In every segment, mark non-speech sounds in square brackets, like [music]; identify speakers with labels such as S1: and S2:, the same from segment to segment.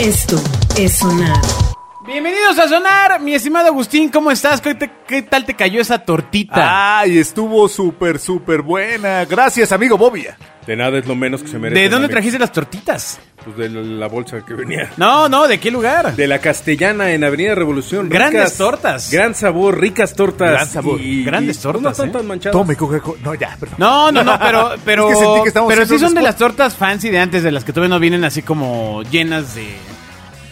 S1: Esto es sonar.
S2: Bienvenidos a Sonar, mi estimado Agustín, ¿cómo estás? ¿Qué, te- qué tal te cayó esa tortita?
S3: Ay, estuvo súper, súper buena. Gracias, amigo Bobby.
S4: De nada es lo menos que se merece.
S2: ¿De dónde
S4: amigo.
S2: trajiste las tortitas?
S4: Pues de la, la bolsa que venía.
S2: No, no, ¿de qué lugar?
S4: De la Castellana en Avenida Revolución.
S2: Grandes tortas.
S4: Gran sabor, ricas tortas.
S2: Gran sabor, grandes tortas,
S4: No están
S2: ¿eh?
S4: tan manchadas.
S3: Tome, Coca-Cola. No, ya, perdón.
S2: No, no, no, pero pero
S3: [laughs] Es que sentí que estábamos
S2: pero
S3: haciendo
S2: sí
S3: un
S2: son de
S3: spot.
S2: las tortas fancy de antes, de las que todavía no vienen así como llenas de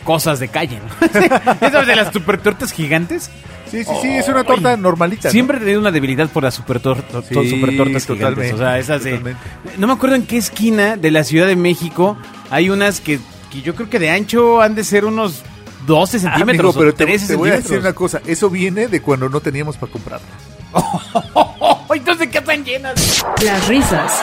S2: cosas de calle, ¿no? [laughs] Esas de las super tortas gigantes.
S3: Sí, sí, sí, es una torta normalita. ¿no?
S2: Siempre he tenido una debilidad por las super, tor- to-
S3: Sí,
S2: super tortas gigantes.
S3: totalmente,
S2: O sea, esas de.
S3: totalmente.
S2: No me acuerdo en qué esquina de la Ciudad de México hay unas que, que yo creo que de ancho han de ser unos 12
S3: Ah, amigo,
S2: centímetros. o
S3: pero te,
S2: 13
S3: te voy a decir
S2: centímetros.
S3: una cosa. Eso viene de cuando no teníamos para comprarla.
S2: ¡Oh, entonces, ¿qué están llenas?
S1: Las risas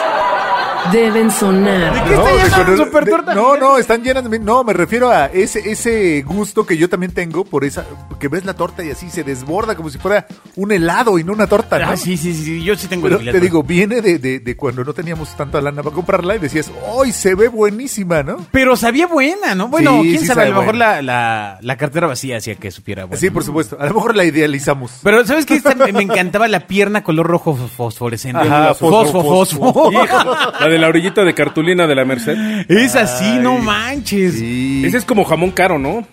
S1: deben sonar.
S2: qué está
S3: de
S2: llena la
S3: cuando-
S2: super
S3: de-
S2: torta?
S3: No, no, están llenas. de- No, me refiero a ese, ese gusto que yo también tengo por esa. Que ves la torta y así se desborda como si fuera un helado y no una torta, ¿no?
S2: Ah, sí, sí, sí, sí, yo sí tengo
S3: Pero
S2: debilidad
S3: te
S2: por-
S3: digo, viene de, de- de cuando no teníamos tanta lana para comprarla y decías, ¡ay, se ve buenísima, ¿no?
S2: Pero sabía buena, ¿no? Bueno,
S3: Sí,
S2: quién
S3: sí
S2: sabe, a lo
S3: sabe
S2: mejor
S3: buena.
S2: la, la, la cartera vacía hacía que supiera buena.
S3: sí, pues. por supuesto. A lo mejor la idealizamos.
S2: Pero, ¿sabes qué? Esta- me encantaba la pierna color rojo fosforescente.
S3: Ajá,
S2: fosfo,
S3: fosfo,
S2: fosfo.
S4: [laughs]
S3: fosfo.
S4: Hijo, la de la orillita de cartulina de la Merced.
S2: [laughs] Es así, no manches.
S3: Sí.
S4: Ese es como jamón caro, ¿no?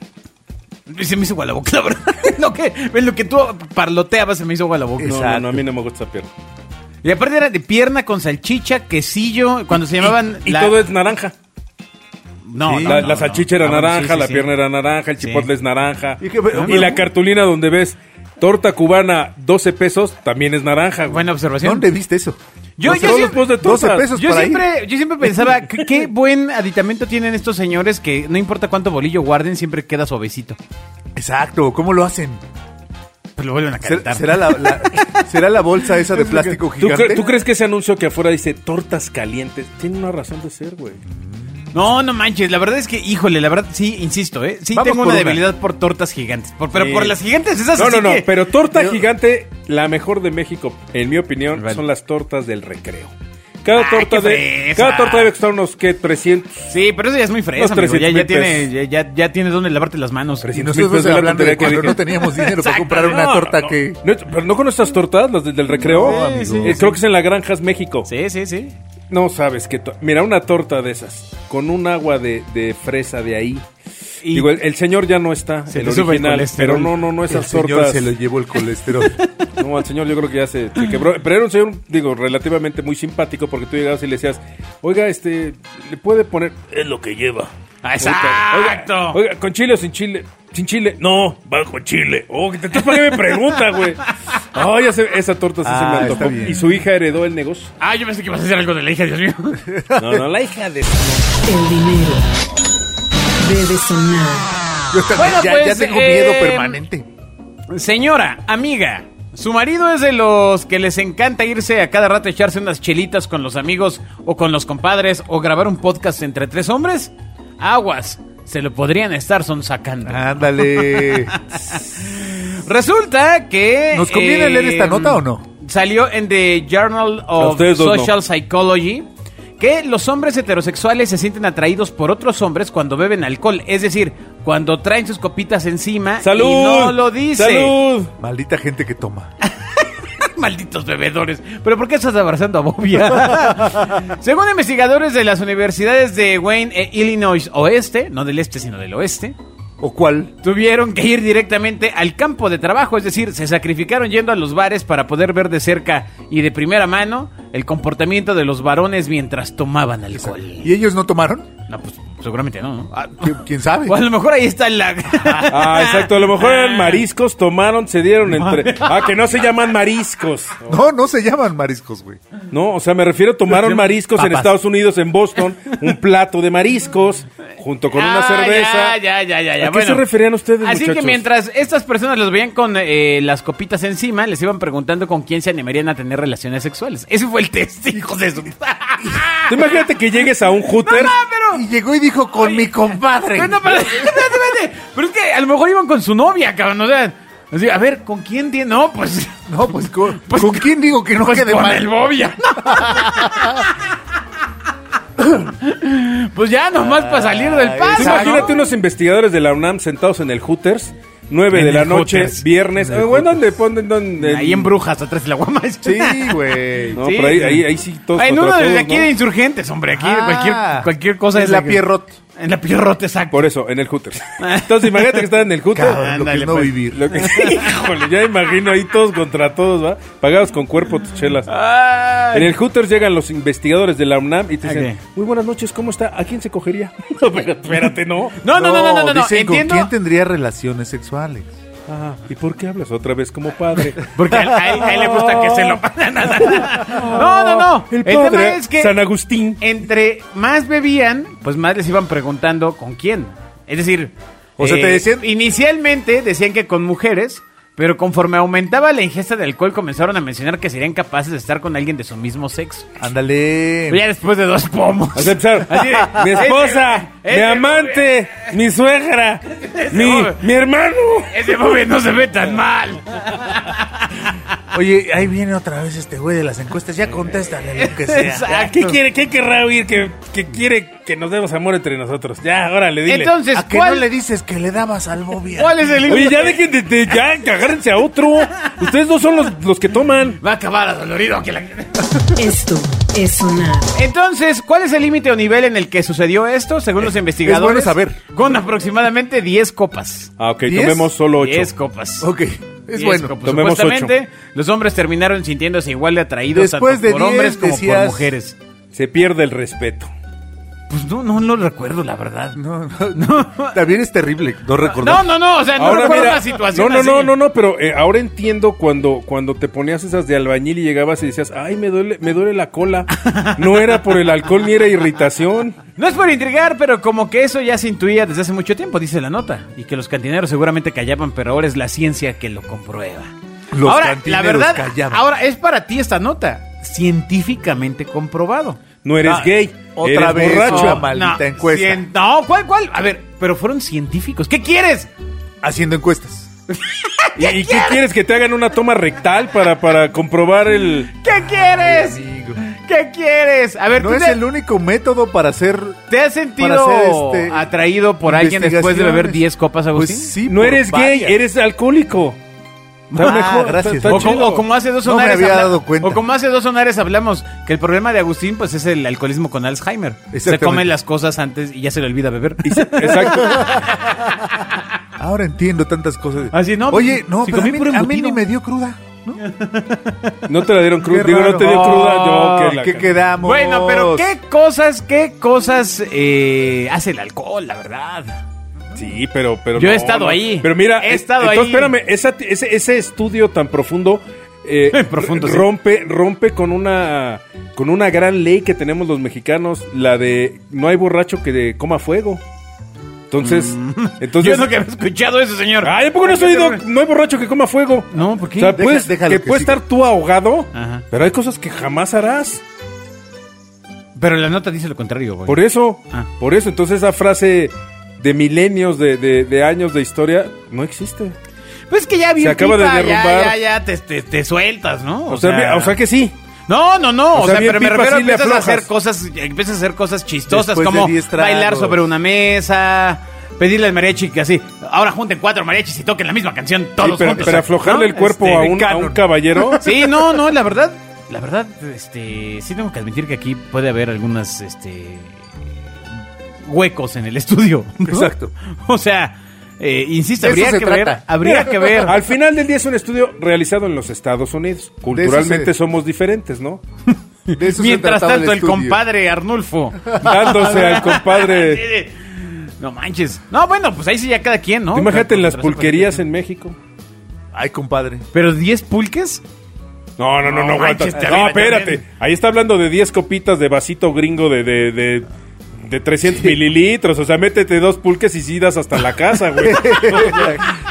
S2: Se me hizo agua la boca, la verdad. [laughs] Lo que, en lo que tú parloteabas se me hizo agua la boca.
S4: No,
S3: Exacto.
S4: no, no, a mí no me gusta esa pierna.
S2: Y aparte era de pierna con salchicha, quesillo, cuando se llamaban...
S4: Y
S2: la-
S4: todo es naranja.
S2: No,
S4: Sí,
S2: no,
S4: la,
S2: no,
S4: la
S2: no.
S4: salchicha era
S2: Ah, bueno,
S4: naranja,
S2: sí, sí,
S4: la
S2: sí.
S4: pierna era naranja, el
S2: Sí.
S4: chipotle es naranja.
S3: Y
S4: Y,
S3: que- pero-
S4: la cartulina donde ves torta cubana 12 pesos también es naranja. güey.
S2: Buena observación.
S3: ¿Dónde viste eso?
S2: Yo-
S3: Los
S2: yo
S3: todos
S2: siempre-
S3: los posts de 12
S4: Pues tortas.
S3: pesos
S2: Yo
S3: para
S2: siempre, yo siempre pensaba, ¿qué, qué buen aditamento tienen estos señores que no importa cuánto bolillo guarden, siempre queda suavecito.
S3: ir. Exacto, ¿cómo lo hacen?
S2: Pero lo vuelven a
S3: ¿Será-
S2: calentar.
S3: ¿Será la,
S4: [laughs]
S3: la- será la bolsa esa de plástico
S4: ¿Tú,
S3: gigante?
S4: cre- tú crees que ese anuncio que afuera dice tortas calientes tiene una razón de ser, güey?
S2: No, no manches, la verdad es que, híjole, la verdad, sí, insisto, ¿eh? Sí
S3: Vamos
S2: tengo
S3: por
S2: una
S3: una.
S2: debilidad por tortas gigantes. por- pero
S4: Sí.
S2: por las gigantes esas
S4: No,
S2: así
S4: no, no,
S2: que-
S4: pero torta
S3: Yo-
S4: gigante, la mejor de México, en mi opinión,
S2: Vale.
S4: son las tortas del recreo. Cada,
S2: Ay,
S4: torta,
S2: qué
S4: de,
S2: fresa.
S4: cada torta debe costar unos, ¿qué? 300.
S2: Sí, pero eso ya es muy fresa,
S4: Unos
S2: amigo, Ya,
S4: 300
S2: ya
S4: mil
S2: tiene, ya, ya- ya tienes donde lavarte las manos.
S3: Y
S4: 300 Mil
S3: nosotros
S4: pesos de la
S3: hablando de
S4: tontería que
S3: cuando
S4: dije.
S3: no teníamos dinero para
S2: Exacto,
S3: comprar una
S2: no,
S3: torta
S2: no.
S3: que...
S4: No, pero no con estas tortas, las de- del recreo.
S2: No, amigo.
S4: Eh, Creo que es en las granjas México.
S2: Sí, sí, sí.
S4: No sabes que Mira, una torta de esas, con un agua de, de fresa de ahí.
S2: Y-
S4: Digo, el, el señor ya no está,
S2: Se
S4: el
S2: le sube el
S4: original,
S2: colesterol.
S4: pero no, no, no,
S3: El
S4: esas
S3: señor
S4: tortas.
S3: se lo llevó el colesterol.
S4: No, al señor yo creo que ya se, se quebró. Pero era un señor, digo, relativamente muy simpático porque tú llegabas y le decías, oiga, este, le puede poner... Es lo que lleva.
S2: Ah, exacto.
S4: Oiga, oiga, ¿con chile o sin chile? Sin chile. No, va con chile. Oh, que te estás poniendo mi pregunta, güey. Ay, ya se- esa torta sí
S3: Ah,
S4: se me
S3: está
S4: antojó.
S3: bien.
S4: Y su hija heredó el negocio.
S2: Ah, yo pensé que ibas a hacer algo de la hija, Dios mío. [laughs]
S4: No, no, la [laughs] hija de...
S1: El dinero debe sonar.
S3: Yo también,
S2: Bueno,
S3: ya,
S2: pues,
S3: ya tengo
S2: eh,
S3: miedo permanente.
S2: Señora, amiga, su marido es de los que les encanta irse a cada rato a echarse unas chelitas con los amigos o con los compadres o grabar un podcast entre tres hombres. Aguas, se lo podrían estar sonsacando.
S4: [laughs]
S3: Ándale.
S2: Resulta que... em,
S3: ¿Nos conviene leer esta nota o no?
S2: Salió en The Journal
S4: A
S2: of
S4: ustedes dos
S2: Social Psychology que los hombres heterosexuales se sienten atraídos por otros hombres cuando beben alcohol, es decir, cuando traen sus copitas encima
S4: ¡Salud!
S2: y no lo dice.
S4: ¡Salud!
S3: Maldita gente que toma.
S2: [laughs] Malditos bebedores. ¿Pero por qué estás abrazando a Bobia? [laughs] Según investigadores de las universidades de Wayne e Illinois Oeste, no del este, sino del oeste,
S3: ¿O cuál?
S2: tuvieron que ir directamente al campo de trabajo, es decir, se sacrificaron yendo a los bares para poder ver de cerca y de primera mano el comportamiento de los varones mientras tomaban alcohol.
S3: ¿Y ellos no tomaron?
S2: No, pues seguramente no, ¿no?
S3: Ah, ¿qui- ¿Quién sabe?
S2: O a lo mejor ahí está la...
S4: Ah, exacto. A lo mejor eran mariscos, tomaron, se dieron entre. Ah, que no se llaman mariscos.
S3: No, no se llaman mariscos, güey.
S4: No, o sea, me refiero, tomaron mariscos en
S2: Papas.
S4: Estados Unidos, en Boston, un plato de mariscos, junto [laughs] con una
S2: Ah,
S4: cerveza.
S2: Ya, ya, ya, ya.
S4: ¿A qué se referían ustedes,
S2: Así que
S4: muchachos?
S2: mientras estas personas los veían con eh, las copitas encima, les iban preguntando con quién se animarían a tener relaciones sexuales. Ese fue el test, [laughs] hijos de
S4: [laughs]
S2: su... [laughs]
S4: Tú imagínate que llegues a un hooter.
S3: Y llegó y dijo, con mi compadre.
S2: Pero no, pero, [laughs] espérate, espérate. Pero es que a lo mejor iban con su novia, cabrón. O sea, así, a ver, ¿con quién tiene? No, pues.
S3: No, pues con,
S2: [laughs] Pues- [laughs]
S3: ¿con quién digo que no
S2: pues
S3: quede
S2: con el
S3: mal.
S2: bobia. Pues ya nomás para salir del
S3: Ay,
S2: paso.
S4: Sí,
S3: Exacto.
S4: Ah, Imagínate unos investigadores de la UNAM sentados en el Hooters, 9
S2: En
S4: de la
S2: el
S4: noche,
S2: Hooters.
S4: viernes.
S3: En el
S4: Eh, bueno, ¿dónde ponen? dónde?
S2: Ahí en Brujas, atrás de la guama.
S3: [laughs] Sí,
S2: [laughs]
S3: güey.
S4: No, pero ahí, ahí, ahí sí todos.
S2: Ay, en
S4: contra
S2: uno de
S4: todos,
S2: aquí
S4: ¿no?
S2: de insurgentes, hombre. Aquí
S3: Ah,
S2: cualquier, cualquier cosa
S3: en
S2: es
S3: la
S2: que-
S3: Pierrot.
S2: En la pierrot, exacto.
S4: Por eso, en el Hooters. Entonces, imagínate que están en el Hooters.
S3: Cabrón, lo que
S2: Ándale,
S3: es no
S2: pues.
S3: vivir.
S4: Lo que- [laughs] Híjole, ya imagino ahí todos contra todos, ¿va? Pagados con cuerpo tus chelas.
S2: Ay.
S4: En el Hooters llegan los investigadores de la UNAM y te dicen,
S2: Ok.
S4: muy buenas noches, ¿cómo está? ¿A quién
S2: [laughs]
S4: se cogería? No, [laughs] pero espérate, no.
S2: No, no, no, no, no, no, no.
S3: dicen,
S2: Entiendo.
S3: ¿Con quién tendría relaciones sexuales?
S4: Ah, ¿y por qué hablas otra vez
S2: [laughs]
S4: como padre?
S2: Porque a él, a él- a él le gusta que se lo No, no, no.
S4: El
S2: El,
S4: padre,
S2: tema es que
S4: San Agustín.
S2: entre más bebían, pues más les iban preguntando con quién. Es decir, eh,
S3: O sea, te decían-
S2: inicialmente decían que con mujeres, pero conforme aumentaba la ingesta de alcohol comenzaron a mencionar que serían capaces de estar con alguien de su mismo sexo.
S3: Ándale.
S2: Pero ya después de dos pomos.
S4: O sea, empezaron,
S2: Así de, eh,
S4: mi esposa,
S2: ese-
S4: mi
S2: ese- eh,
S4: amante, mi suegra, mi,
S2: hombre.
S4: mi hermano.
S2: Ese joven no se ve tan mal.
S3: Oye, ahí viene otra vez este güey de las encuestas. Ya contéstale lo que sea.
S2: Exacto.
S4: ¿Qué quiere, qué querrá oír que, que quiere que nos demos amor entre nosotros? Ya, órale, dile.
S2: Entonces, eh,
S3: ¿A que no
S2: ¿cuál,
S3: le dices que le dabas al móvil?
S2: ¿cuál es el
S4: Oye, ya dejen de, de- ya, que agárrense a otro. Ustedes no son los, los que toman.
S2: Va a acabar adolorido que la...
S1: Esto es sonar.
S2: Entonces, ¿cuál es el límite o nivel en el que sucedió esto? Según los investigadores.
S3: Eh, bueno saber.
S2: Con aproximadamente 10 copas.
S4: Ah, ok,
S3: ¿Diez?
S4: tomemos solo ocho.
S2: 10 copas.
S3: Ok, es
S2: 10
S3: bueno.
S2: copas.
S4: tomemos
S2: Supuestamente, los hombres terminaron sintiéndose igual de atraídos
S3: Después
S2: tanto
S3: de
S2: por hombres
S3: 10
S2: como por
S3: decías-
S2: mujeres.
S4: Se pierde el respeto.
S2: Pues no, no lo recuerdo, la verdad.
S3: No,
S2: [laughs]
S3: no, no. También es terrible no
S2: No,
S3: recordar.
S2: no, no, o sea, no recuerdo la situación
S4: no, no, no,
S2: así.
S4: no, no, pero eh, ahora entiendo cuando, cuando te ponías esas de albañil y llegabas y decías, ay, me duele, me duele la cola. No era por el alcohol ni
S2: [laughs]
S4: era irritación.
S2: No es por intrigar, pero como que eso ya se intuía desde hace mucho tiempo, dice la nota. Y que los cantineros seguramente callaban, pero ahora es la ciencia que lo comprueba.
S3: Los
S2: ahora, la
S3: cantineros
S2: verdad,
S3: callaban.
S2: ahora es para ti esta nota. Científicamente comprobado.
S4: No eres
S3: Ah,
S4: gay.
S3: otra
S4: eres
S3: vez,
S4: borracho.
S3: no, ma- maldita encuesta.
S2: cien- no, ¿cuál, cuál? A ver, pero fueron científicos. ¿Qué quieres?
S3: Haciendo encuestas.
S4: ¿Y, y qué quieres? ¿Que te hagan una toma rectal para, para comprobar el.
S2: ¿Qué quieres?
S3: amigo.
S2: ¿Qué quieres? A ver,
S3: No
S2: ¿tú
S3: es
S2: te,
S3: el único método para hacer.
S2: te has sentido
S3: hacer, este,
S2: atraído por alguien después de beber
S3: investigaciones.
S2: 10 copas, Agustín?
S3: Pues
S2: [laughs]
S3: sí,
S4: No
S3: por
S4: eres gay,
S3: varias.
S4: eres alcohólico. Está
S3: Ah,
S4: mejor,
S3: gracias.
S4: está- está
S2: O, como-
S4: chido.
S2: o como hace dos
S3: No me
S2: sonares
S3: había
S2: habla-
S3: dado cuenta.
S2: o como hace dos sonares hablamos que el problema de Agustín pues es el alcoholismo con Alzheimer. Se
S3: Exactamente.
S2: come las cosas antes y ya se le olvida beber.
S4: Y se- Exacto.
S3: Ahora entiendo tantas cosas.
S2: Así, no,
S3: Oye,
S2: pues,
S3: no,
S2: si
S3: pero a
S2: comí
S3: mí,
S2: puro
S3: a mí
S2: embutido.
S3: ni me dio cruda. ¿no?
S4: No te la dieron cruda.
S3: Qué
S4: Digo, no
S3: raro.
S4: te dio cruda.
S2: Oh,
S4: Yo, que la-
S3: ¿Qué
S2: [laughs]
S3: quedamos?
S2: Bueno, pero qué cosas, qué cosas eh, hace el alcohol, la verdad.
S4: Sí, pero, pero
S2: Yo he estado ahí.
S4: Pero mira,
S2: He
S4: es-
S2: estado
S4: entonces,
S2: ahí.
S4: espérame, esa- ese, ese estudio tan profundo, eh,
S2: [laughs] Profundo, sí.
S4: rompe, rompe con una con una gran ley que tenemos los mexicanos, la de no hay borracho que de- coma fuego. Entonces,
S2: [laughs] Mm. Yo
S4: entonces
S2: no que había escuchado eso, señor.
S4: Ay, ¿a poco no has oído? No hay borracho que coma fuego.
S2: No, ¿por qué?
S4: O sea,
S3: Deja-
S4: puedes,
S3: déjalo
S4: que
S3: que
S4: puedes
S3: siga.
S4: estar tú ahogado,
S2: Ajá.
S4: pero hay cosas que jamás harás.
S2: Pero la nota dice lo contrario, güey.
S4: Por eso,
S2: Ah.
S4: por eso, entonces esa frase de milenios, de, de- de años de historia, no existe.
S2: Pues que ya bien
S4: Se acaba de
S2: pipa, ya,
S4: derrumbar.
S2: Ya, ya, te, te- te sueltas, ¿no?
S4: O, sea, o sea que sí.
S2: No, no, no.
S4: O
S2: O,
S4: sea,
S2: sea,
S4: bien
S2: pero me
S4: pipa,
S2: refiero a
S4: sí le
S2: empiezas a
S4: aflojas.
S2: hacer cosas, empiezas a hacer cosas chistosas
S3: Después de
S2: como
S3: 10 tragos.
S2: bailar sobre una mesa, pedirle al mariachi que así. Ahora junten cuatro mariachis y toquen la misma canción todos
S4: Sí, pero,
S2: juntos.
S4: pero aflojarle
S2: ¿no?
S4: el cuerpo
S2: Este,
S4: a, un, a un
S2: canon.
S4: caballero.
S2: [laughs] Sí, no, no, la verdad, la verdad, este, sí tengo que admitir que aquí puede haber algunas, este, huecos en el estudio. ¿no?
S3: Exacto.
S2: [laughs] O sea, eh, insisto,
S3: De eso
S2: habría
S3: se
S2: que ver,
S3: trata.
S2: habría que
S4: [laughs]
S2: ver.
S4: Al final del día es un estudio realizado en los Estados Unidos. Culturalmente
S3: se-
S4: somos diferentes, [laughs] ¿no?
S3: De eso se
S2: Mientras
S3: trataba
S2: tanto, el
S3: estudio.
S2: compadre Arnulfo.
S4: Dándose
S2: [laughs]
S4: al
S2: Sí,
S4: compadre.
S2: de- No manches. No, bueno, pues ahí sí ya cada quien, ¿no?
S4: Tú Imagínate en las
S2: Contraste
S4: pulquerías
S2: para-
S4: en México.
S3: Ay, compadre.
S2: Pero 10 pulques.
S4: No, no, no, no,
S2: No
S4: aguanta.
S2: manches, te
S4: No,
S2: arriba
S4: espérate.
S2: también.
S4: Ahí está hablando de 10 copitas de vasito gringo de, de, de, de 300 mililitros. O sea, métete dos pulques y sí das hasta la casa, [laughs] güey.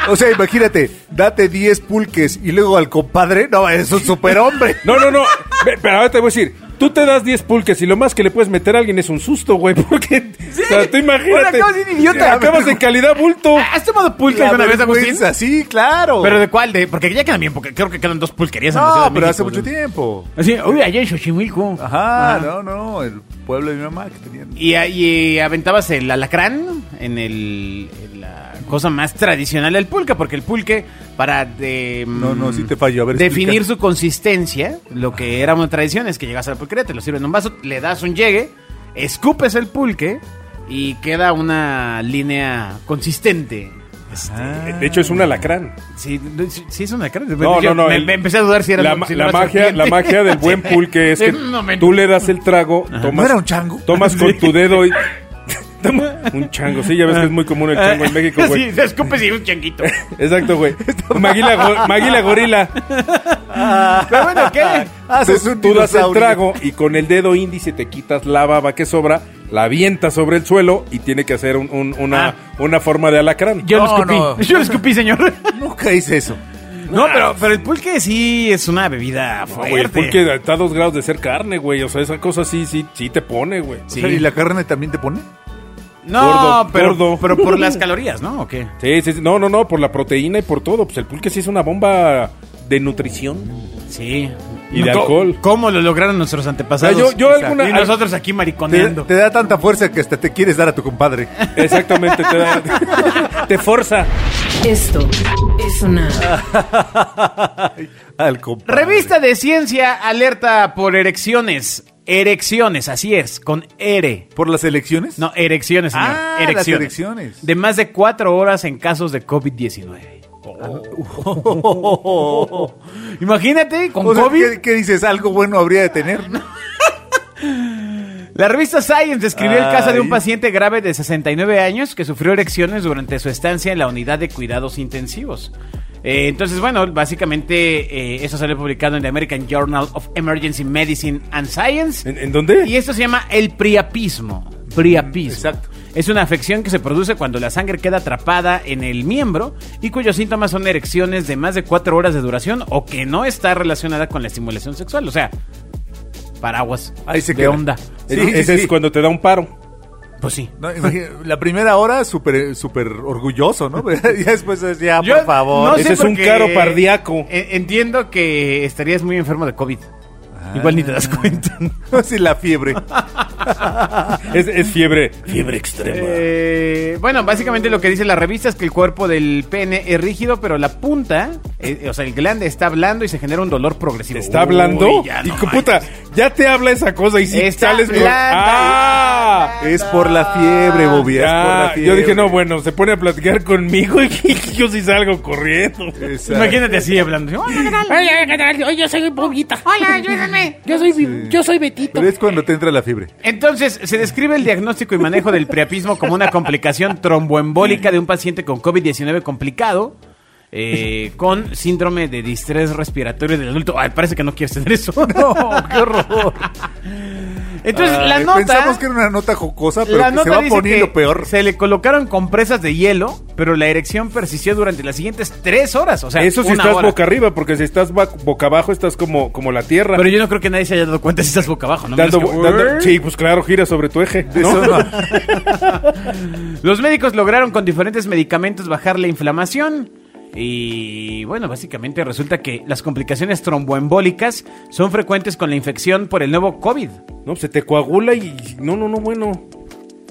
S3: o sea, imagínate, date 10 pulques y luego al compadre. No, es un superhombre.
S4: No, no, no. Ve, Pero ahora te voy a decir, tú te das 10 pulques y lo más que le puedes meter a alguien es un susto, güey. Porque, o sea, tú
S2: Ahora
S4: imagínate.
S2: acabas de ser idiota.
S4: Acabas en calidad bulto.
S2: ¿Has tomado [laughs] pulques
S3: La
S2: este alguna vez, Agustín?
S3: vergüenza, Sí, claro.
S2: ¿Pero de cuál? De, porque ya quedan bien, porque creo que quedan dos pulquerías en la Ciudad
S3: no,
S2: de México,
S3: pero
S2: Ah,
S3: hace
S2: güey.
S3: mucho tiempo.
S2: Así, uy, allá en Xochimilco.
S3: Ajá, no, no. el- pueblo de mi mamá que tenían.
S2: Y, a- y aventabas el alacrán en, el, en la cosa más tradicional del pulque, porque el pulque, para de- mm,
S3: No, no, sí te fallo, a ver,
S2: definir
S3: explica.
S2: su consistencia, lo que era una tradición es que llegas a la pulquería, te lo sirven en un vaso, le das un llegue, escupes el pulque y queda una línea consistente. Este,
S3: Ah.
S4: De hecho, es un alacrán.
S2: Sí, sí es un alacrán.
S4: No,
S2: Yo
S4: no, no,
S2: Me,
S4: el-
S2: me empecé a dudar si era
S4: la,
S2: si
S4: ma-
S2: no
S4: la
S2: era
S4: magia, la
S2: serpiente.
S4: magia
S2: [laughs]
S4: del buen pulque es que
S2: En un momento. [laughs]
S4: tú le das el trago, tomas,
S3: ¿No era un chango?
S4: tomas con tu dedo y... [laughs] Toma- un chango, sí, ya ves que es muy común el chango en México, güey.
S2: Ah. Sí, escupes y un
S4: [laughs]
S2: changuito.
S4: Exacto, güey. Maguila, go- Maguila gorila.
S2: Pero bueno, ¿qué?
S3: Haces
S4: tú,
S3: Ah, un
S4: tú das el
S3: dinosaurio.
S4: trago y con el dedo índice te quitas la baba que sobra, la avientas sobre el suelo y tiene que hacer un- un- una,
S2: Ah.
S4: una forma de alacrán.
S2: Yo lo
S3: No,
S2: escupí.
S3: no.
S2: [laughs] Yo lo escupí, señor.
S3: Nunca hice eso.
S2: No, pero, pero el pulque sí es una bebida
S4: No, güey,
S2: fuerte.
S4: el pulque está a dos grados de ser carne, güey. O sea, esa cosa sí, sí, sí te pone, güey.
S3: O sea, ¿Y la carne también te pone?
S2: no,
S4: gordo,
S2: pero,
S4: gordo.
S2: [laughs] pero por las calorías, ¿no? ¿O qué?
S4: Sí, sí, sí. No, no, no, por la proteína y por todo. Pues el pulque sí es una bomba de nutrición.
S2: Sí.
S4: Y de
S2: Co-
S4: alcohol.
S2: ¿Cómo lo lograron nuestros antepasados?
S4: O sea, yo- yo alguna-
S2: y nosotros aquí
S3: Te,
S2: mariconeando.
S3: te da tanta fuerza que hasta te quieres dar a tu compadre.
S4: Exactamente, te, da- [laughs] te forza.
S1: Esto es sonar.
S3: Al compadre.
S2: Revista de Ciencia alerta por erecciones. Erecciones, así es, con R.
S3: ¿Por las elecciones?
S2: No, erecciones, señor.
S3: Ah, las
S2: erecciones.
S3: erecciones.
S2: De más de cuatro horas en casos de COVID-19. Oh. [laughs] Imagínate, con
S3: O sea,
S2: COVID.
S3: ¿qué, qué dices? Algo bueno habría de tener.
S2: La revista Science describió el caso de un
S3: Ay.
S2: paciente grave de 69 años que sufrió erecciones durante su estancia en la unidad de cuidados intensivos. Eh, entonces, bueno, básicamente eh, eso salió publicado en The American Journal of Emergency Medicine and Science.
S4: ¿En, en dónde?
S2: Y esto se llama el priapismo. Priapismo.
S3: Exacto.
S2: Es una afección que se produce cuando la sangre queda atrapada en el miembro y cuyos síntomas son erecciones de más de cuatro horas de duración o que no está relacionada con la estimulación sexual. O sea, paraguas.
S3: Ahí se
S2: de
S3: queda.
S2: onda.
S4: Es-
S3: Sí, sí,
S4: ese es
S3: sí.
S4: cuando te da un paro.
S2: Pues sí.
S3: No, imagina- la primera hora súper eh, súper orgulloso, ¿no? [laughs] Y después es ya,
S2: Yo
S3: por favor.
S2: no
S4: Ese es un
S2: porque
S4: caro pardiaco.
S2: en- e-, Entiendo que estarías muy enfermo de COVID. Ah. Eh, Igual ni te das cuenta.
S3: [laughs] Sí, la fiebre.
S4: Es, es fiebre. Fiebre extrema.
S2: Eh, bueno, básicamente lo que dice la revista es que el cuerpo del pene es rígido, pero la punta, eh, o sea, el glande está blando y se genera un dolor progresivo.
S4: ¿Te está hablando?
S2: Uy, ya
S4: y
S2: no
S4: que, puta, ya te habla esa cosa y si
S2: Está
S4: sales con-
S2: blanda.
S4: ¡Ah!
S3: Es por la fiebre,
S2: Ah,
S3: Bobby. Es por
S4: Ya,
S3: la fiebre.
S4: yo dije, no, bueno, se pone a platicar conmigo y [laughs] yo sí salgo corriendo.
S3: Exacto.
S2: Imagínate así hablando. Hola, ¿qué tal?
S5: Hola, ¿qué tal? Oye, yo soy Bobita.
S2: Hola, ayúdame.
S5: Yo soy, yo soy Betito.
S3: Pero es cuando te entra la fiebre.
S2: Entonces, se describe el diagnóstico y manejo del priapismo como una complicación tromboembólica de un paciente con COVID-19 complicado, eh, con síndrome de distrés respiratorio del adulto. Ay, parece que no quieres tener eso. No, qué horror. Entonces, la
S3: Ay,
S2: nota...
S3: Ah, Pensamos que era una nota jocosa, pero
S2: la
S3: que
S2: nota
S3: se va
S2: dice
S3: poniendo
S2: que
S3: peor.
S2: Se le colocaron compresas de hielo, pero la erección persistió durante las siguientes tres horas. O sea,
S4: Eso si
S2: una
S4: estás
S2: hora.
S4: boca arriba, porque si estás ba- boca abajo estás como, como la tierra.
S2: Pero yo no creo que nadie se haya dado cuenta si estás boca abajo. ¿no?
S4: dando,
S2: Menos que-
S4: dando- sí, pues claro, gira sobre tu eje. ¿no?
S3: Eso no.
S2: [laughs] Los médicos lograron con diferentes medicamentos bajar la inflamación. Y bueno, básicamente resulta que las complicaciones tromboembólicas son frecuentes con la infección por el nuevo COVID.
S4: [laughs] No, se te coagula y... No, no, no, bueno.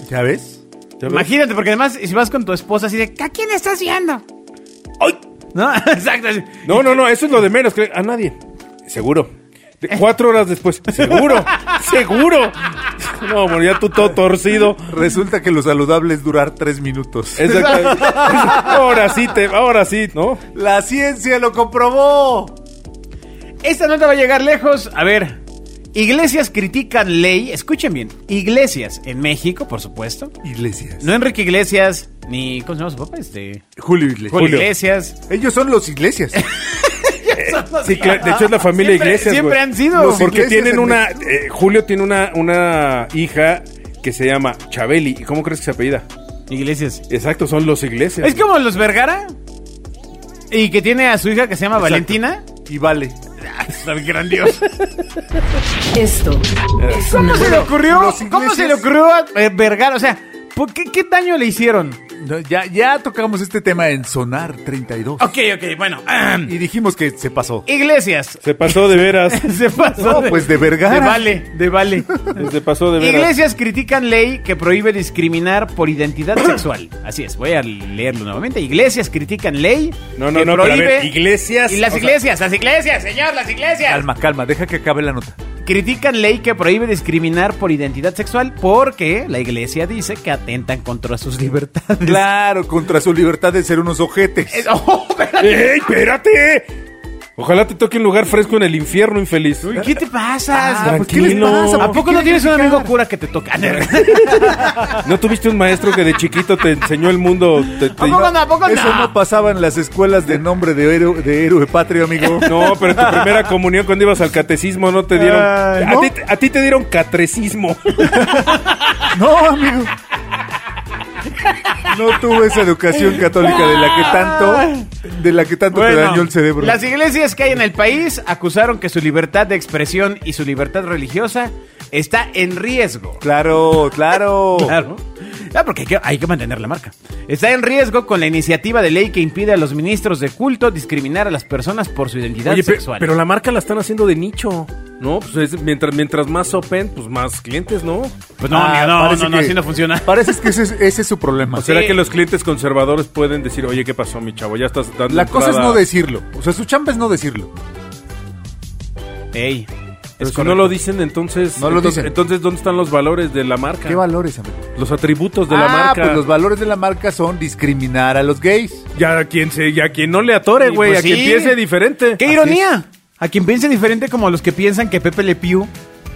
S3: ¿Ya ves?
S4: Ya ves.
S2: Imagínate, porque además si vas con tu esposa así de... "¿A quién estás viendo?
S4: ¡Ay!
S2: ¿No? [laughs] Exacto. así.
S4: No, no, no, eso es lo de menos. que- A nadie. Seguro. De- cuatro horas después. Seguro. Seguro. No, bueno, ya tú todo torcido.
S3: Resulta que lo saludable es durar tres minutos.
S4: Exactamente. Ahora sí, te, ahora sí, ¿no?
S3: ¡La ciencia lo comprobó!
S2: Esta nota va a llegar lejos. A ver, iglesias critican ley. Escuchen bien. Iglesias en México, por supuesto.
S3: Iglesias.
S2: No Enrique Iglesias, ni... ¿Cómo se llama su papá? Este...
S3: Julio Iglesias.
S2: Julio Iglesias.
S3: Ellos son los
S2: [laughs]
S3: iglesias.
S4: Sí, cla- de hecho es la familia
S2: Siempre-
S4: Iglesias.
S2: siempre
S4: güey.
S2: han sido.
S4: No, porque
S3: Iglesias
S4: tienen
S3: en
S4: una.
S3: México.
S4: eh, Julio tiene una, una hija que se llama Chabeli. ¿Y cómo crees que se apellida?
S2: Iglesias.
S4: Exacto, son los Iglesias.
S2: Este Es como los Vergara. Y que tiene a su hija que se llama Valentina.
S3: Y vale.
S2: Está grandioso.
S1: Esto es sonar.
S2: ¿Cómo se le ocurrió?
S3: Los
S2: ¿Cómo se le
S3: Iglesias.
S2: ocurrió a eh, Vergara? O sea, ¿por qué, ¿qué daño le hicieron?
S3: No, ya, ya tocamos este tema en Sonar 32.
S2: Ok, ok, bueno. ahem.
S3: Y dijimos que se pasó.
S2: Iglesias. [laughs]
S4: Se pasó de veras.
S2: Se pasó.
S3: No, pues de Vergara.
S2: De vale, de vale.
S4: Se pasó de veras.
S2: Iglesias critican ley que prohíbe discriminar por identidad sexual. Así es, voy a leerlo nuevamente. Iglesias critican ley
S4: No, no,
S2: que
S4: no, pero a
S2: prohíbe...
S4: ver, iglesias,
S2: Y las
S4: o sea-
S2: iglesias, las iglesias, señor, las iglesias.
S3: Calma, calma, deja que acabe la nota.
S2: Critican ley que prohíbe discriminar por identidad sexual porque la iglesia dice que atentan contra sus libertades. [laughs]
S3: Claro, contra su libertad de ser unos ojetes.
S2: Es- oh, espérate.
S4: ¡Ey, espérate! Ojalá te toque un lugar fresco en el infierno, infeliz.
S2: ¿Qué te pasas?
S3: Ah, pues, ¿qué les
S4: tranquilo.
S3: pasa?
S2: ¿A
S3: ¿Por qué
S2: poco no
S3: quieren
S2: tienes un
S3: criticar?
S2: amigo cura que te toca?
S4: ¿No tuviste un maestro que de chiquito te enseñó el mundo? Te- te-
S2: ¿A poco no? ¿A poco
S3: Eso no pasaba en las escuelas de nombre de héroe, de héroe patrio, amigo.
S4: [laughs] No, pero en tu primera comunión cuando ibas al catecismo no te dieron...
S3: Ay,
S4: a,
S3: ¿no?
S4: ti, a ti te dieron catrecismo.
S3: [laughs] No, amigo. No tuve esa educación católica de la que tanto, de la que tanto te
S2: Bueno,
S3: dañó el cerebro.
S2: Las iglesias que hay en el país acusaron que su libertad de expresión y su libertad religiosa está en riesgo.
S3: Claro, claro.
S2: Claro. Ah, porque hay que, hay que mantener la marca. Está en riesgo con la iniciativa de ley que impide a los ministros de culto discriminar a las personas por su identidad
S4: Oye, pe-
S2: sexual.
S4: pero la marca la están haciendo de nicho, ¿no? Pues es- mientras, mientras más open, pues más clientes, ¿no?
S2: pues no,
S3: Ah,
S2: amigo, no,
S3: parece
S2: no, no,
S3: que-
S2: así no funciona. Pues
S3: Parece que ese es, ese es su problema.
S4: ¿O será
S2: Sí.
S4: que los clientes conservadores pueden decir, oye, ¿qué pasó, mi chavo? Ya estás dando
S3: La cosa es
S4: entrada-
S3: no decirlo. O sea, su chamba es no decirlo.
S2: Ey,
S4: Pero
S2: es
S4: si
S2: correcto.
S4: no lo dicen, entonces...
S3: No lo
S4: entonces-
S3: dicen.
S4: Entonces, ¿dónde están los valores de la marca?
S3: ¿Qué valores, amigo?
S4: Los atributos de la
S3: Ah,
S4: marca.
S3: pues los valores de la marca son discriminar a los gays.
S4: Ya a quien se, ya a quien no le atore,
S2: Y
S4: güey,
S2: pues
S4: a quien
S2: sí.
S4: piense diferente.
S2: ¡Qué
S4: Así
S2: ironía! A quien piense diferente como los que piensan que Pepe Le Pew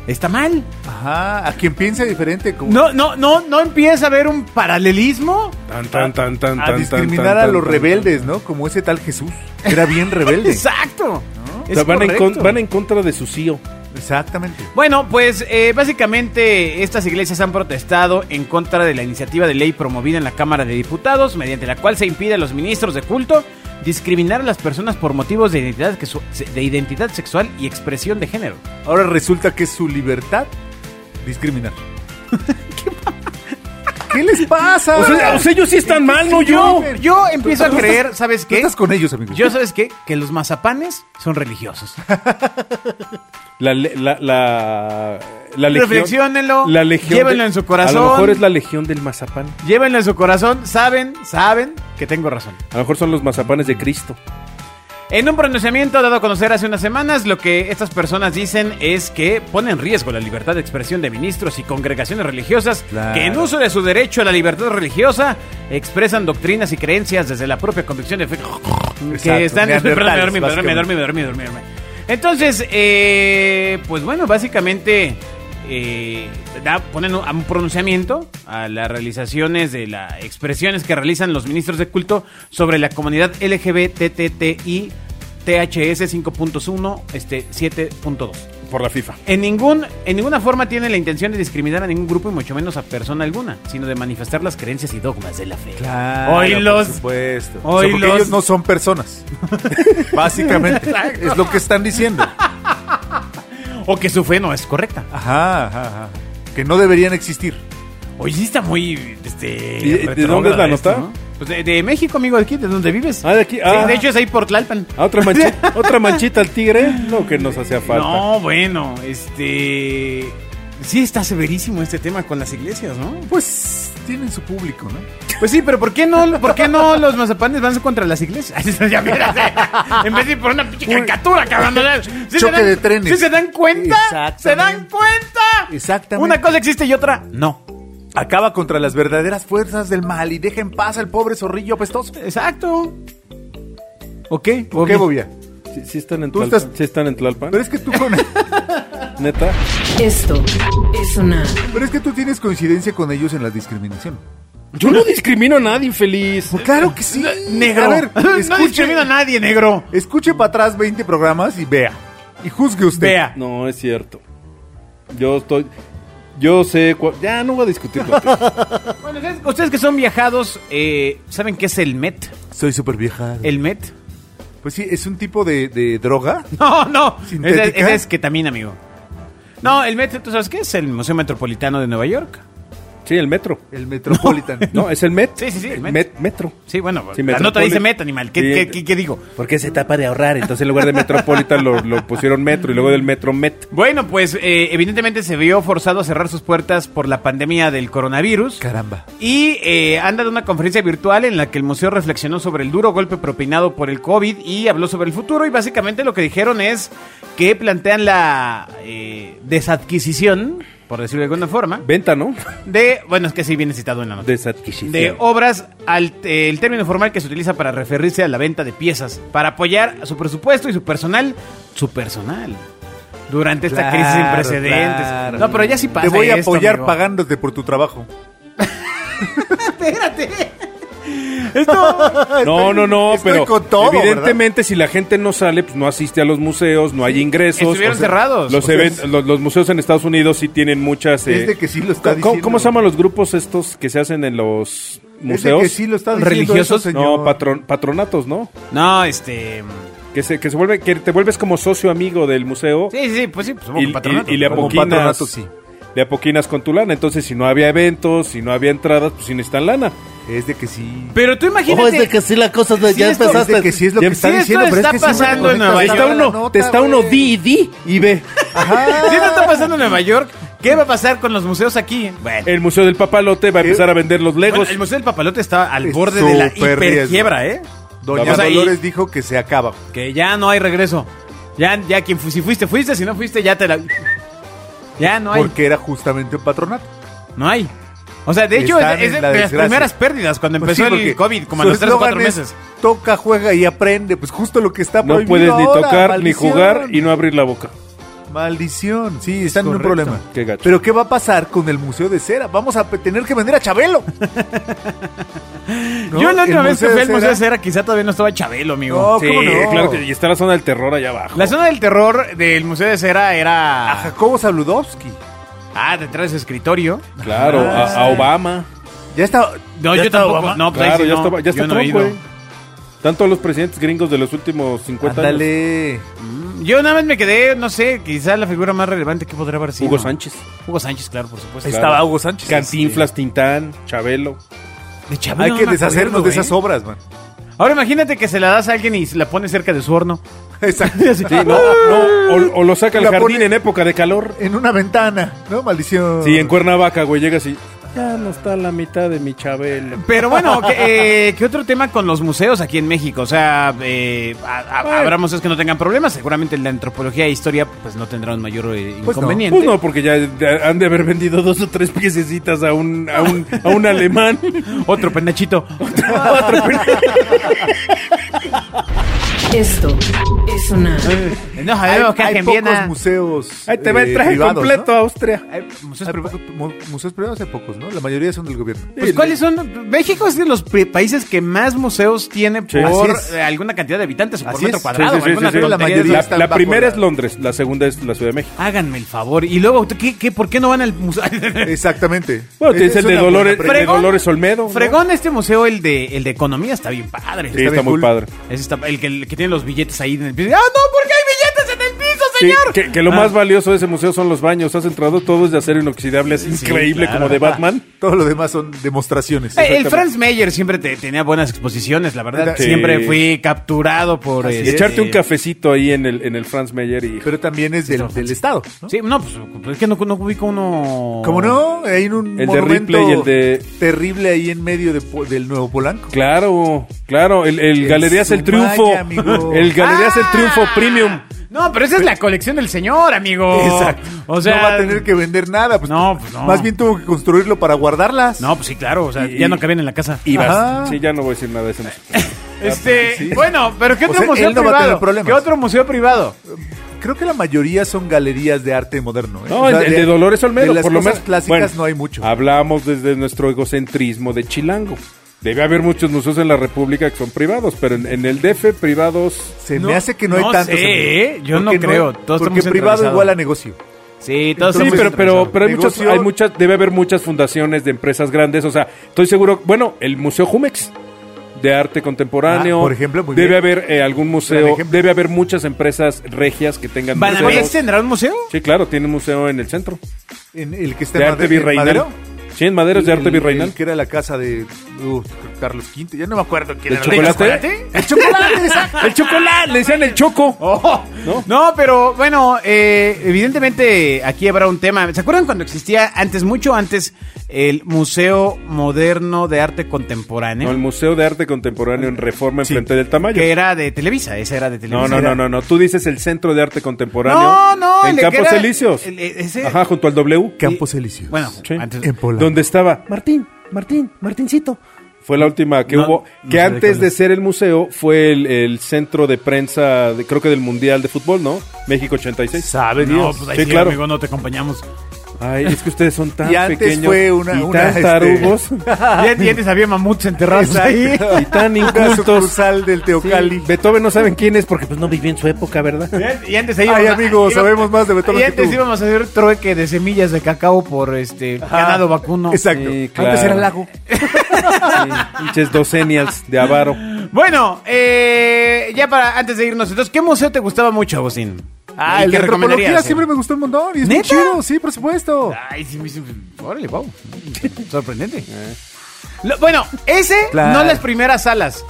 S2: está mal.
S3: Ajá, a quien piense diferente. Como
S2: No, no, no, no empieza a haber un paralelismo.
S4: es. Tan, tan, tan, tan,
S3: a
S4: tan,
S3: discriminar
S4: tan,
S3: a
S4: tan,
S3: los
S4: tan,
S3: rebeldes, ¿no? Como ese tal Jesús. que
S4: [laughs]
S3: Era bien rebelde.
S2: Exacto.
S4: tan. O
S2: Es
S4: sea, van en,
S2: correcto.
S4: con- van en contra de su CEO.
S3: Exactamente.
S2: Bueno, pues eh, básicamente estas iglesias han protestado en contra de la iniciativa de ley promovida en la Cámara de Diputados, mediante la cual se impide a los ministros de culto discriminar a las personas por motivos de identidad, que su- de identidad sexual y expresión de género.
S3: Ahora resulta que es su libertad
S4: [laughs]
S3: discriminar. ¿Qué, les pasa?
S4: O sea, o sea, ellos sí están mal, no yo.
S2: Yo empiezo a
S3: Tú estás-
S2: creer, ¿sabes
S3: tú
S2: qué?
S3: estás con ellos, amigo.
S2: Yo, ¿sabes qué? Que los mazapanes son
S3: [laughs]
S2: religiosos.
S4: La, le- la, la, la legión.
S2: Reflexiónenlo,
S4: La legión.
S2: llévenlo
S4: de-
S2: en su corazón.
S4: A lo mejor es la legión del mazapán.
S2: Llévenlo en su corazón, saben, saben que tengo razón.
S4: A lo mejor son los mazapanes de Cristo.
S2: En un pronunciamiento dado a conocer hace unas semanas, lo que estas personas dicen es que pone en riesgo la libertad de expresión de ministros y congregaciones religiosas
S3: Claro.
S2: que en uso de su derecho a la libertad religiosa expresan doctrinas y creencias desde la propia convicción de fe. Que
S3: [laughs] Exacto,
S2: están... Perdón, me dormí, me dormí, me
S3: básicamente.
S2: dormí, me dormí, me dormí, me dormí. Entonces, eh, pues bueno, básicamente eh, da- ponen un- a un pronunciamiento a las realizaciones de las expresiones que realizan los ministros de culto sobre la comunidad LGBTTI THS 5.1 este 7.2.
S4: Por la FIFA.
S2: En ningún en ninguna forma tiene la intención de discriminar a ningún grupo y mucho menos a persona alguna, sino de manifestar las creencias y dogmas de la fe.
S3: Claro,
S2: Oílos.
S3: por supuesto. O sea,
S2: Oílos.
S3: porque ellos no son
S4: [laughs]
S3: personas. Básicamente. es lo que están diciendo.
S2: O que su fe no es correcta.
S3: Ajá, ajá, ajá. Que no deberían existir.
S2: Oye, sí está muy, este...
S4: ¿Y de- de
S2: retrógrada
S4: dónde es la
S2: esto,
S4: nota?
S2: Pues de, de México, amigo, de aquí, de donde vives.
S4: Ah, de aquí,
S2: Sí,
S4: ah.
S2: de hecho es ahí por Tlalpan.
S4: ¿A Ah, otra
S2: [laughs]
S4: manchita, otra manchita al tigre? No, que nos hacía falta.
S2: No, bueno, este... Sí está severísimo este tema con las iglesias, ¿no?
S3: Pues tienen su público, ¿no?
S2: Pues sí, pero ¿por qué no, por qué no los mazapanes van contra las iglesias? [laughs] Ya miras, eh. en vez de ir por una pinche caricatura, cabrón.
S4: [laughs]
S2: ¿no? ¿Sí
S3: Choque de trenes.
S2: ¿Sí se dan cuenta? ¿Se dan
S3: Exactamente.
S2: cuenta?
S3: Exactamente.
S2: Una cosa existe y otra no.
S3: Acaba contra las verdaderas fuerzas del mal y deja en paz al pobre zorrillo apestoso.
S2: Exacto. ¿O qué?
S3: ¿Por qué, Bobia?
S4: Sí, sí están en
S3: Tú
S4: Tlalpan.
S3: estás-
S4: Sí están en Tlalpan.
S3: Pero es que tú con- [laughs]
S4: Neta.
S1: Esto es sonar.
S3: pero es que tú tienes coincidencia con ellos en la discriminación.
S4: Yo no discrimino a nadie, infeliz.
S3: Pues claro que sí.
S2: Negro.
S3: A ver,
S2: [laughs] no
S3: escuche,
S2: discrimina a nadie, negro.
S3: escuche para atrás 20 programas y vea. Y juzgue usted.
S2: Vea.
S4: No, es cierto. Yo estoy. Yo sé. cua- Ya no voy a discutir contigo.
S2: [laughs] Bueno, ustedes, ustedes que son viajados, eh, ¿saben qué es el MET?
S3: Soy súper vieja.
S2: ¿El MET? [laughs]
S3: Pues sí, es un tipo de, de droga.
S2: No, no.
S3: ¿Sintética?
S2: Ese, ese es ketamina, amigo. No, el MET, ¿tú sabes qué es? El Museo Metropolitano de Nueva York.
S4: Sí, el metro.
S3: El Metropolitan.
S4: No, es el Met.
S2: Sí, sí, sí, el
S4: El
S2: Met.
S4: Met- metro.
S2: Sí, bueno,
S4: Sí,
S2: la nota
S4: Metropolis.
S2: dice meta, animal. ¿Qué,
S4: Sí.
S2: qué- qué- qué digo?
S4: Porque es etapa de ahorrar. Entonces en lugar de Metropolitan lo, lo pusieron Metro y luego del Metro Met.
S2: Bueno, pues eh, evidentemente se vio forzado a cerrar sus puertas por la pandemia del coronavirus.
S3: Caramba.
S2: Y eh, han dado una conferencia virtual en la que el museo reflexionó sobre el duro golpe propinado por el COVID y habló sobre el futuro. Y básicamente lo que dijeron es que plantean la eh, desadquisición, por decirlo de alguna forma,
S4: Venta, ¿no?
S2: de. Bueno, es que sí viene citado en la nota.
S4: Desadquisición.
S2: De
S3: [laughs]
S2: obras, al, eh, el término formal que se utiliza para referirse a la venta de piezas, para apoyar a su presupuesto y su personal, su personal, durante esta
S3: Claro,
S2: crisis sin precedentes.
S3: claro.
S2: No, pero ya sí pasa
S3: Te voy a
S2: esto,
S3: apoyar
S2: amigo.
S3: pagándote por tu trabajo.
S2: Esto,
S4: No, no, no,
S3: Estoy
S4: pero
S3: con todo,
S4: evidentemente si la gente no sale, pues no asiste a los museos, no hay ingresos.
S2: estuvieron cerrados.
S4: Los,
S2: O sea,
S4: event- los, los museos en Estados Unidos sí tienen muchas... eh,
S3: Es de que sí lo está
S4: ¿cómo- ¿cómo,
S3: diciendo.
S4: se llaman los grupos estos que se hacen en los
S3: Es de
S4: museos?
S3: que sí lo está diciendo
S2: ¿Religiosos?
S3: eso, señor.
S4: no, patron- patronatos, ¿no?
S2: no, este.
S4: Que, se, que, se vuelve, que te vuelves como socio amigo del museo
S2: Sí, sí, sí, pues sí, pues
S4: y,
S2: somos
S4: y-
S2: patronato.
S4: y le
S3: Como
S4: apoquinas,
S3: patronato, sí.
S4: le apoquinas con tu lana. Entonces, si no había eventos, si no había entradas, pues si necesitan lana.
S3: Es de que sí.
S2: Pero tú imagínate.
S6: Ojo, es de que sí la cosa de,
S2: Sí,
S6: ya
S2: esto-
S3: Es
S6: empezaste.
S3: de que sí es lo
S4: Ya
S3: que está
S2: sí, esto
S3: diciendo. pero es
S2: está
S3: que siempre
S2: pasando en
S3: conectas
S2: Nueva
S4: Te
S2: York.
S4: está
S3: la
S4: uno,
S3: nota,
S4: te está uno
S3: güey.
S4: di y di y ve.
S2: [laughs]
S3: Ajá.
S2: Si esto está pasando en Nueva York, ¿qué va a pasar con los museos aquí? Bueno,
S4: El Museo del Papalote va a empezar a vender los
S2: bueno,
S4: legos.
S2: el Museo del Papalote está al
S3: Es
S2: borde de la
S3: súper
S2: hiperquiebra, ¿eh?
S3: Doña
S2: O sea, y-
S3: Dolores dijo que se acaba.
S2: Que ya no hay regreso. Ya, ya quien fu- si fuiste, fuiste, si no fuiste, ya te la. Ya no hay.
S3: Porque era justamente un patronato.
S2: No hay. O sea, de hecho,
S3: Están
S2: es, es de,
S3: en la
S2: de las
S3: desgracia.
S2: primeras pérdidas cuando
S3: Pues
S2: empezó
S3: sí, porque
S2: el COVID, como a
S3: su
S2: los 3 o 4
S3: eslogan es,
S2: meses.
S3: Toca, juega y aprende. Pues justo lo que está
S4: No
S3: prohibido
S4: puedes ni
S3: ahora,
S4: tocar, ni
S3: maldición.
S4: jugar y no abrir la boca.
S3: Maldición. Sí, están en un
S4: Correcto.
S3: problema.
S4: Qué gacho.
S3: Pero ¿qué va a pasar con el Museo de Cera? Vamos a pe- tener que vender a Chabelo. ¿No?
S2: [laughs] Yo la
S3: El
S2: otra vez que
S3: Museo
S2: fui
S3: de
S2: al Museo de
S3: Cera-
S2: Cera, quizá todavía no estaba Chabelo, amigo.
S3: No, ¿cómo
S4: Sí,
S3: no?
S4: claro que- y está la zona del terror allá abajo.
S2: La zona del terror del Museo de Cera
S3: A
S2: era.
S3: Jacobo Zabludovsky.
S2: Ah, detrás de su escritorio.
S4: Claro,
S3: Ah,
S4: a- a, Obama.
S3: Ya está.
S2: No,
S3: ya
S2: yo
S3: está
S2: tampoco.
S3: Obama.
S2: No, pues ahí
S4: Claro,
S2: sí
S4: ya,
S2: no.
S4: estaba- ya está
S2: Yo no he
S4: Trump,
S2: ido.
S4: güey. Están todos los presidentes gringos de los últimos 50 años.
S3: Ándale.
S2: Yo nada más me quedé, no sé, quizá la figura más relevante que podría haber sido.
S4: Hugo Sánchez.
S2: Hugo Sánchez, claro, por supuesto.
S4: Claro.
S3: Pues Estaba Hugo Sánchez.
S4: Cantinflas, Tintán, Chabelo.
S2: De Chabelo
S3: Hay
S2: no
S3: que
S2: me
S3: deshacernos
S2: acuerdo,
S3: de
S2: ¿eh?
S3: esas obras,
S4: [laughs]
S3: man.
S2: Ahora imagínate que se la das a alguien y se la pone cerca de su
S3: [laughs]
S2: horno.
S3: Exacto.
S4: Sí, no, no, o, o lo saca al
S3: Ah. La
S4: jardín
S3: pone-
S4: en época de calor.
S3: En una ventana, ¿no? Maldición.
S4: Sí, en Cuernavaca, güey, llegas y... Ya no está la mitad de mi Chabelo.
S2: Pero bueno, ¿qué, eh, qué otro tema con los museos aquí en México? O sea, eh, a- a- habrá museos que no tengan problemas. Seguramente la antropología e historia pues no tendrán mayor eh,
S3: Pues no.
S2: inconveniente.
S4: Pues no, porque ya ya han de haber vendido dos o tres piececitas a un, a un, a un alemán.
S2: Otro
S3: [laughs]
S2: pendachito.
S1: Esto es sonar.
S2: no,
S3: hay,
S2: sabemos que
S3: hay
S2: hacen
S3: pocos
S2: bien a-
S4: [laughs]
S3: museos.
S4: Ahí te va el
S3: eh,
S4: traje
S3: privados,
S4: completo
S3: ¿no?
S4: a Austria.
S2: Hay museos
S3: Hay
S2: privados.
S3: poco- mu- museos privados hay pocos, ¿no? La mayoría son del gobierno.
S2: Pues, ¿cuáles son? México es de los pri- países que más museos tiene
S4: Sí.
S2: por
S3: Así es.
S2: eh, alguna cantidad de habitantes o por
S3: Así
S2: metro
S3: es.
S2: cuadrado.
S3: Sí, sí, sí,
S2: alguna
S3: sí, sí. La
S2: tontería de
S3: mayoría
S2: esas.
S4: La,
S3: están
S4: la
S3: bajo
S4: primera
S3: la-
S4: es Londres, la segunda es la Ciudad de México.
S2: Háganme el favor. Y luego, ¿qué, qué, por qué no van al
S3: [laughs]
S2: museo?
S3: Exactamente.
S4: Bueno, tienes
S3: Esa
S4: el
S3: es
S4: de
S3: una buena
S4: Dolores, el
S3: pregunta.
S4: de Dolores Olmedo. ¿no?
S2: Fregón este museo, el de, el de economía, está bien padre.
S4: Sí, está,
S3: bien
S4: muy
S3: cool.
S4: padre.
S2: Ese está- el, que, el que tiene los billetes ahí en el piso. ¡Ah, no! ¿Por qué hay billetes en el piso,
S4: Sí,
S2: señor?
S4: que, que lo
S2: Ah.
S4: más valioso de ese museo son los baños. Has entrado todos de acero inoxidable, es
S2: Sí,
S4: increíble
S2: claro.
S4: como de Batman.
S3: Todo lo demás son demostraciones.
S2: Eh, el Franz Meyer siempre te- tenía buenas exposiciones, la verdad.
S3: Sí.
S2: Siempre fui capturado por...
S3: Así
S4: Y
S2: este-
S4: Echarte un cafecito ahí en el, en el Franz Meyer y...
S3: Pero también es del, del Estado. ¿no?
S2: Sí, no, pues es que no, no ubico uno...
S3: ¿Cómo no? Hay un
S4: de
S3: monumento
S4: Ripley y el de-
S3: terrible ahí en medio de Po- del Nuevo Polanco.
S4: Claro, claro, el, el
S3: El
S4: Galerías el
S3: Sumaya,
S4: Triunfo.
S3: amigo.
S4: El Galerías el Triunfo Premium.
S2: Ah. No, pero esa es la colección del señor, amigo.
S3: Exacto.
S2: O sea,
S3: no va a tener que vender nada. Pues,
S2: No, pues, no.
S3: Más bien tuvo que construirlo para guardarlas.
S2: No, pues sí, claro, o sea,
S4: Y-
S2: ya no cabían en la casa.
S4: Y
S3: Ajá.
S4: vas. Sí, ya no voy a decir nada de ese
S3: [laughs]
S4: museo.
S2: este,
S3: sí.
S2: bueno, pero ¿qué
S3: O
S2: otro
S3: sea,
S2: museo
S3: él no va a
S2: privado?
S3: tener problemas.
S2: ¿Qué otro museo privado?
S3: Creo que la mayoría son galerías de arte moderno. ¿eh?
S4: No,
S3: O
S4: el,
S3: sea,
S4: el de Dolores Olmedo,
S3: de las
S4: por lo
S3: cosas
S4: menos.
S3: clásicas
S4: Bueno, ah,
S3: no hay mucho.
S4: Hablamos desde nuestro egocentrismo de Chilango. Debe haber muchos museos en la República que son privados, pero en, en el DF privados.
S3: Se
S2: No
S3: me hace que no hay
S2: sé,
S3: tantos. amigo.
S2: ¿eh? Yo no
S3: Porque
S2: creo, todo está
S3: porque
S2: muy
S3: privado
S2: centralizado.
S3: igual a negocio.
S2: Sí, todos
S4: Sí,
S2: estamos
S4: pero, pero,
S2: centralizados.
S4: pero hay, muchas,
S3: Negocio.
S4: hay muchas, debe haber muchas fundaciones de empresas grandes. O sea, estoy seguro. Bueno, el Museo Jumex de arte contemporáneo.
S3: Ah, por ejemplo, muy
S4: debe
S3: bien.
S4: haber eh, algún museo.
S3: Gran ejemplo.
S4: Debe haber muchas empresas regias que tengan
S2: ¿Banamex
S4: museos.
S2: tendrá un museo?
S4: Sí, claro, tiene un museo en el centro.
S3: En el que está
S4: De
S3: en
S4: arte
S3: Made- en
S4: virreinal.
S3: ¿Este Madero.
S4: Sí, Sí, en maderas de arte
S3: El-
S4: virreinal.
S3: Que era la casa de uh, Carlos V. Ya no me acuerdo quién
S4: ¿El
S3: era.
S4: chocolate?
S3: ¿El chocolate? exacto. [laughs]
S4: ¡El chocolate! Le decían el choco.
S2: Oh, ¿No?
S4: ¿No?
S2: pero bueno, eh, evidentemente aquí habrá un tema. ¿Se acuerdan cuando existía antes, mucho antes, el Museo Moderno de Arte Contemporáneo?
S4: No, el Museo de Arte Contemporáneo en Reforma
S3: Sí.
S4: enfrente del tamaño.
S2: que era de Televisa, esa era de
S4: No,
S2: Televisa.
S4: no, no, no, no. Tú dices el Centro de Arte Contemporáneo.
S2: No, no,
S4: En
S2: el que
S4: Campos
S2: era-
S4: Elíseos.
S2: el- ese-
S4: Ajá, junto al W.
S3: Campos Elíseos.
S2: Bueno,
S4: Sí.
S2: antes-
S3: En Polanco.
S4: Donde estaba Martín, Martín, Martincito. Fue la última que
S2: No,
S4: hubo.
S2: no sé
S4: que
S2: de qué
S4: antes de
S2: hablas.
S4: ser el museo fue el, el centro de prensa, de- creo que del Mundial de Fútbol, ¿no? México 86.
S3: Sabe
S2: No,
S3: Dios.
S2: pues ahí
S4: Sí,
S2: sí,
S4: claro.
S2: amigo, no te
S4: [laughs]
S2: acompañamos.
S4: Ay, es que ustedes son tan
S3: Y antes
S4: pequeños
S3: fue una-
S4: y
S3: una,
S4: tan
S3: este,
S4: tarugos
S2: ya, ya antes había mamuts enterrados [laughs] ahí.
S4: y tan
S3: Una
S4: incultos.
S3: sucursal del
S4: Sí,
S3: Teocali.
S4: Beethoven no saben quién es porque pues no vivió en su época, ¿verdad?
S2: Y antes ahí
S3: Ay,
S2: íbamos a-
S3: amigo,
S2: íbamos-
S3: sabemos más de Beethoven
S2: Y
S3: que
S2: antes
S3: tú.
S2: íbamos a hacer trueque de semillas de cacao por este ganado vacuno.
S3: Exacto.
S4: Sí, claro.
S3: Antes era lago.
S4: [laughs] Sí, Pinches docenials de avaro.
S2: Bueno, eh, ya para antes de irnos, entonces, ¿qué museo te gustaba mucho, Agustín?
S3: Ah,
S2: ¿Y
S3: el
S2: qué
S3: de antropología
S2: recomendarías?
S3: siempre me gustó un montón. Y es muy
S2: ¿Neta?
S3: chido, sí, por supuesto.
S4: Ah,
S2: Ay, sí, me hizo- Órale, wow. Sorprendente. Lo- bueno, ese,
S3: Claro.
S2: no las primeras salas.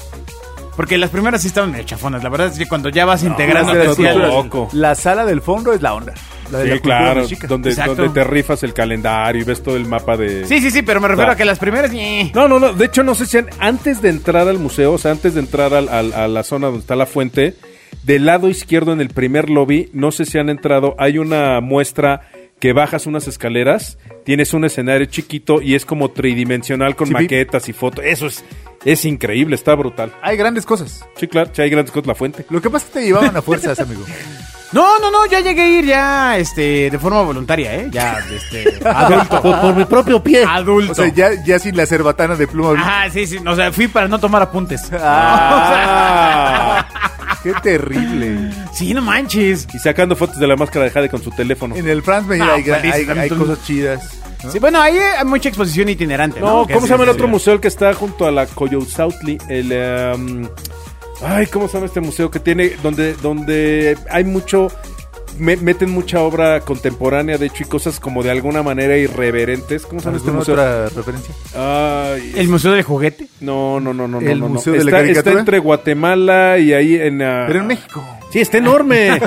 S2: Porque las primeras sí estaban medio chafonas. La verdad es que cuando ya vas integrando
S4: no,
S2: te
S4: no,
S2: decías-
S4: no, no. loco.
S3: Ah, La sala del fondo es la onda. La de
S4: Sí,
S3: la cultura
S4: claro,
S3: mexica.
S4: donde,
S2: Exacto.
S4: donde te rifas el calendario y ves todo el mapa de...
S2: Sí, sí, sí, pero me refiero
S4: No.
S2: a que las primeras. ñe.
S4: No, no, no. De hecho, no sé si an- antes de entrar al museo, o sea, antes de entrar al- al- a la zona donde está la fuente, del lado izquierdo en el primer lobby, no sé si han entrado, hay una muestra que bajas unas escaleras, tienes un escenario chiquito y es como tridimensional con
S3: Sí, vi.
S4: maquetas y fotos. Eso es, es increíble, está brutal.
S3: Hay grandes cosas.
S4: Sí, claro, sí hay grandes cosas la fuente.
S3: Lo que pasa es que te llevaban a fuerzas, amigo.
S2: No, no, no, ya llegué a ir ya este, de forma voluntaria, ¿eh? Ya,
S3: [laughs]
S2: este.
S5: Por, [laughs] por mi propio pie.
S2: adulto.
S3: O sea, ya, ya sin la cerbatana de pluma.
S2: Ajá, sí, sí. O sea, fui para no tomar apuntes.
S3: Ah, [laughs] qué terrible.
S2: Sí, no manches.
S4: Y sacando fotos de la máscara de Jade con su teléfono.
S3: En el France me
S2: Ah,
S3: hay,
S2: pues,
S3: hay- hay
S2: tú-
S3: cosas chidas. ¿no?
S2: Sí, bueno, ahí hay mucha exposición itinerante. No,
S4: No, ¿cómo
S2: Que este,
S4: se llama el
S2: sí,
S4: otro
S2: sí.
S4: museo el que está junto a la Coyotzautli? El. em, ay, ¿cómo se llama este museo que tiene. donde, donde hay mucho. me- meten mucha obra contemporánea, de hecho, y cosas como de alguna manera irreverentes. ¿Cómo se llama este
S3: ¿Alguna
S4: museo? Ah.
S3: otra referencia?
S4: Ay,
S2: El museo del juguete.
S4: no, no, no, no.
S3: ¿El
S4: no, no, no.
S3: museo de la
S4: está,
S3: caricatura?
S4: está entre Guatemala y ahí en. ah,
S3: Pero en México.
S4: Sí, está
S3: [laughs]
S4: enorme.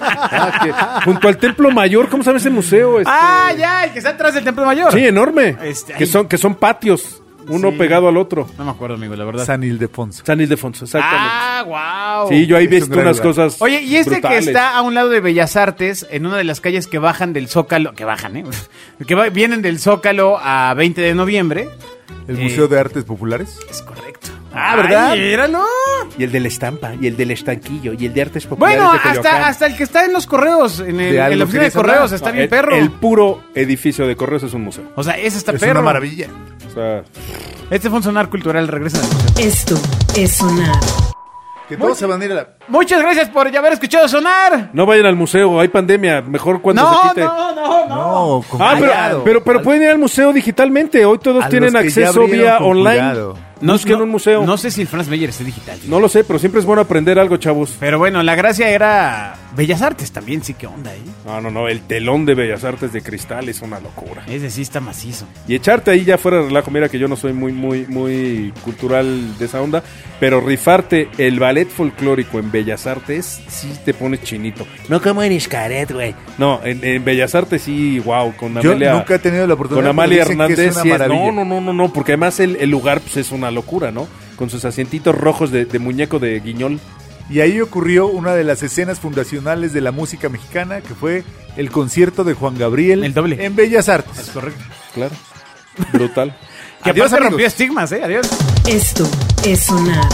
S4: Ah, que- junto al Templo Mayor, ¿cómo se llama ese museo? Este-
S2: Ah, ya, el que está atrás del Templo Mayor.
S4: Sí, enorme.
S2: Este,
S4: que,
S2: ahí.
S4: son, que son patios, uno
S2: Sí.
S4: pegado al otro.
S2: No me acuerdo, amigo, la verdad.
S3: San Ildefonso.
S4: San Ildefonso, exactamente.
S2: Ah, wow.
S4: sí, yo ahí
S3: es un
S4: he visto
S3: gran
S4: unas
S3: lugar.
S4: cosas.
S2: Oye, y este
S4: brutales.
S2: que está a un lado de Bellas Artes, en una de las calles que bajan del Zócalo, que bajan, ¿eh? [laughs] Que va- vienen del Zócalo a 20 de noviembre.
S3: El
S2: Eh,
S3: Museo de Artes Populares.
S2: Es correcto.
S4: Ah, ¿verdad?
S2: Ay, míralo.
S4: Y el de la estampa, y el del estanquillo, y el de artes populares.
S2: Bueno,
S4: de Coyoacán.
S2: hasta, hasta el que está en los correos, en, el,
S3: De
S2: en
S3: algo
S2: la oficina de
S3: querías hablar.
S2: correos, está
S4: No, Ah,
S2: bien
S4: el-
S2: perro.
S4: El puro edificio de correos es un museo.
S2: O sea, ese está
S3: es
S2: perro.
S3: una maravilla.
S4: O sea,
S2: Este fue un sonar cultural, regresa.
S1: Esto es sonar.
S3: Que todos se van a ir a la...
S2: Muchas gracias por haber escuchado sonar.
S4: no vayan al museo, hay pandemia, mejor cuando se
S2: No,
S4: quite.
S2: no, no, no.
S3: No, con
S4: Ah, pero,
S3: cuidado.
S4: pero, pero pueden ir al museo digitalmente. Hoy todos
S3: A
S4: tienen
S3: los que ya
S4: acceso
S3: abrieron,
S4: vía
S3: con
S4: online.
S3: cuidado.
S2: No,
S4: Busquen
S2: no-
S4: un museo.
S2: No
S4: No,
S2: sé si el Franz Meyer está digital.
S4: lo sé, pero siempre es bueno aprender algo, chavos.
S2: Pero bueno, la gracia era Bellas Artes también, sí que onda, ¿eh?
S4: No, no, no. El telón de Bellas Artes de cristal es una locura.
S2: Ese sí está macizo.
S4: Y echarte ahí ya fuera de relajo, mira que yo no soy muy, muy, muy cultural de esa onda, pero rifarte el ballet folclórico en Bellas Artes sí te pones chinito.
S5: No como en Iscaret, güey.
S4: No, en, en Bellas Artes sí, wow, con
S3: Yo
S4: Amalia.
S3: nunca he tenido la oportunidad,
S4: Con Amalia
S3: pero dicen que es
S4: Hernández
S3: una
S4: sí es-
S3: maravilla.
S4: No, no, no, no, no, porque además el, el lugar pues es una locura, ¿no? Con sus asientitos rojos de, de muñeco de guiñol.
S3: Y ahí ocurrió una de las escenas fundacionales de la música mexicana, que fue el concierto de Juan Gabriel
S2: El doble.
S3: en Bellas Artes.
S2: Es correcto.
S4: Claro. Brutal.
S2: Que
S3: [laughs] Adiós,
S2: aparte rompió
S3: amigos.
S2: estigmas, ¿eh? Adiós.
S1: Esto es sonar.